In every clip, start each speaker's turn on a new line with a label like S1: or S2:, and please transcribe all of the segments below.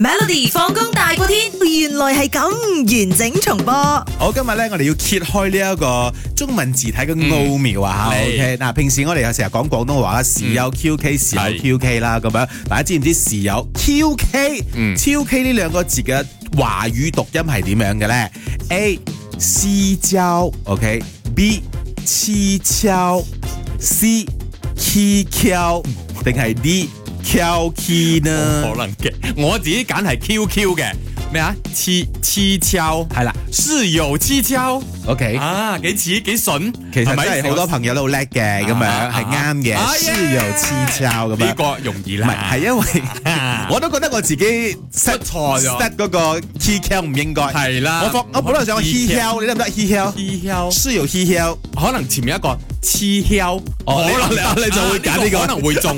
S1: Melody 放工大過天，原來係咁完整重播。
S2: 好，今日咧，我哋要揭開呢一個中文字體嘅奧妙啊嚇。
S3: 嗯係嗯
S2: OK，嗱，平時我哋有成日講廣東話啦，時有 QK，時有 QK 啦咁樣。大家知唔知時有 QK、
S3: 嗯
S2: QK 呢兩個字嘅華語讀音係點樣嘅咧？A 私交，OK，B 黐膠，C K 膠，定係 D Q K 呢
S3: 可？能嘅，我自己揀係 QQ 嘅咩啊？黐黐膠
S2: 係啦
S3: 是有黐膠
S2: ，OK。
S3: 啊，幾似幾順，
S2: 其實真
S3: 咪
S2: 係好多朋友都好叻嘅，咁
S3: 啊
S2: 樣
S3: 啊
S2: 係啱嘅，
S3: 啊
S2: 師有黐抄咁樣。
S3: 呢個容易
S2: 唔係，
S3: 啦，啊
S2: 係因為我都覺得我自己 set
S3: 錯咗
S2: set 嗰個 key count 唔應該。
S3: 係啦
S2: 我放我本來想講 key count，你得唔得 key count？
S3: 黐膠，
S2: 師有 key count，
S3: 可能前面一個黐膠，
S2: 哦
S3: 可能
S2: 你你你就會揀呢個啊
S3: 啊可能會 中，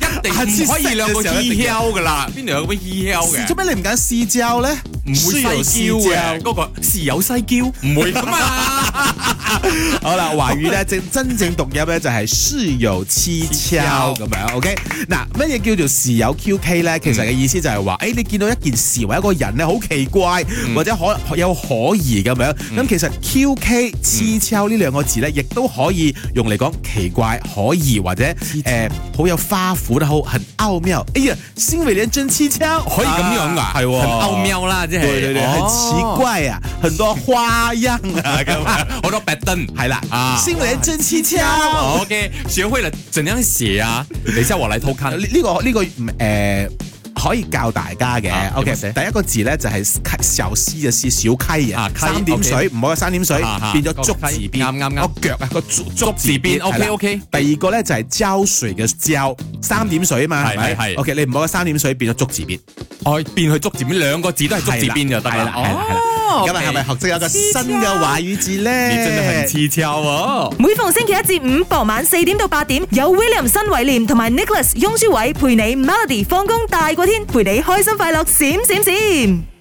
S3: 一定唔可以兩個黐膠噶啦，邊度有咁黐膠嘅
S2: 做？咩你唔揀私交咧？
S3: 唔會
S2: 師
S3: 西嬌
S2: 有
S3: 嘅，
S2: 私交。
S3: 嗰個是有西嬌，唔會 咁啊！
S2: 好啦，華語咧正真正讀音咧就係師有黐抄咁樣，OK？嗱，乜嘢叫做時有 QK 咧？其實嘅意思就係話，誒、
S3: 嗯
S2: 你見到一件事或者一個人咧好奇怪，或者可有可疑咁樣。咁、
S3: 嗯
S2: 其實 QK 黐抄呢兩個字咧，亦都可以用嚟講奇怪、可疑或者誒好有花款好很奧妙。哎呀，先為你真黐抄，可
S3: 可以咁樣噶，
S2: 係喎、
S3: 很奧。妙哦啦，即係
S2: 哦對對對，很奇怪啊，很多花樣 啊，咁樣
S3: 哦，好多白燈。
S2: 係啦，
S3: 啊
S2: 先為你真黐抄。
S3: 哦 OK，学会了怎样写啊？等一下我来偷看
S2: 呢、。呢個呢、個誒、呃可以教大家嘅。
S3: 啊
S2: OK，
S3: 點寫
S2: 第一個字咧就係溪小溪嘅溪，小溪啊
S3: 啊，溪
S2: 三點水唔好有三點水
S3: 啊啊，
S2: 變咗竹
S3: 個
S2: 字
S3: 溪
S2: 邊，
S3: 啱啱啱
S2: 個腳啊個竹竹字
S3: 邊
S2: 邊
S3: ，OK，
S2: 係啦
S3: OK
S2: 第二個咧就係膠水嘅膠，三點水啊嘛，係
S3: 係係
S2: 咪
S3: 係
S2: ？OK，你唔好有三點水變咗竹字邊，
S3: 哦，變去竹字邊，兩個字都係竹字邊就得
S2: 係啦
S3: 啦。
S2: 係啦係啦。
S3: 哦
S2: 咁啊，係咪？學識有個新嘅華語字咧？
S3: 你真係很蹊哦跷喎！
S1: 每逢星期一至五傍晚四點到八點，有 William 新偉廉同埋 Nicholas 雍舒偉陪你 Melody 放工大過天，陪你開心快樂閃閃閃。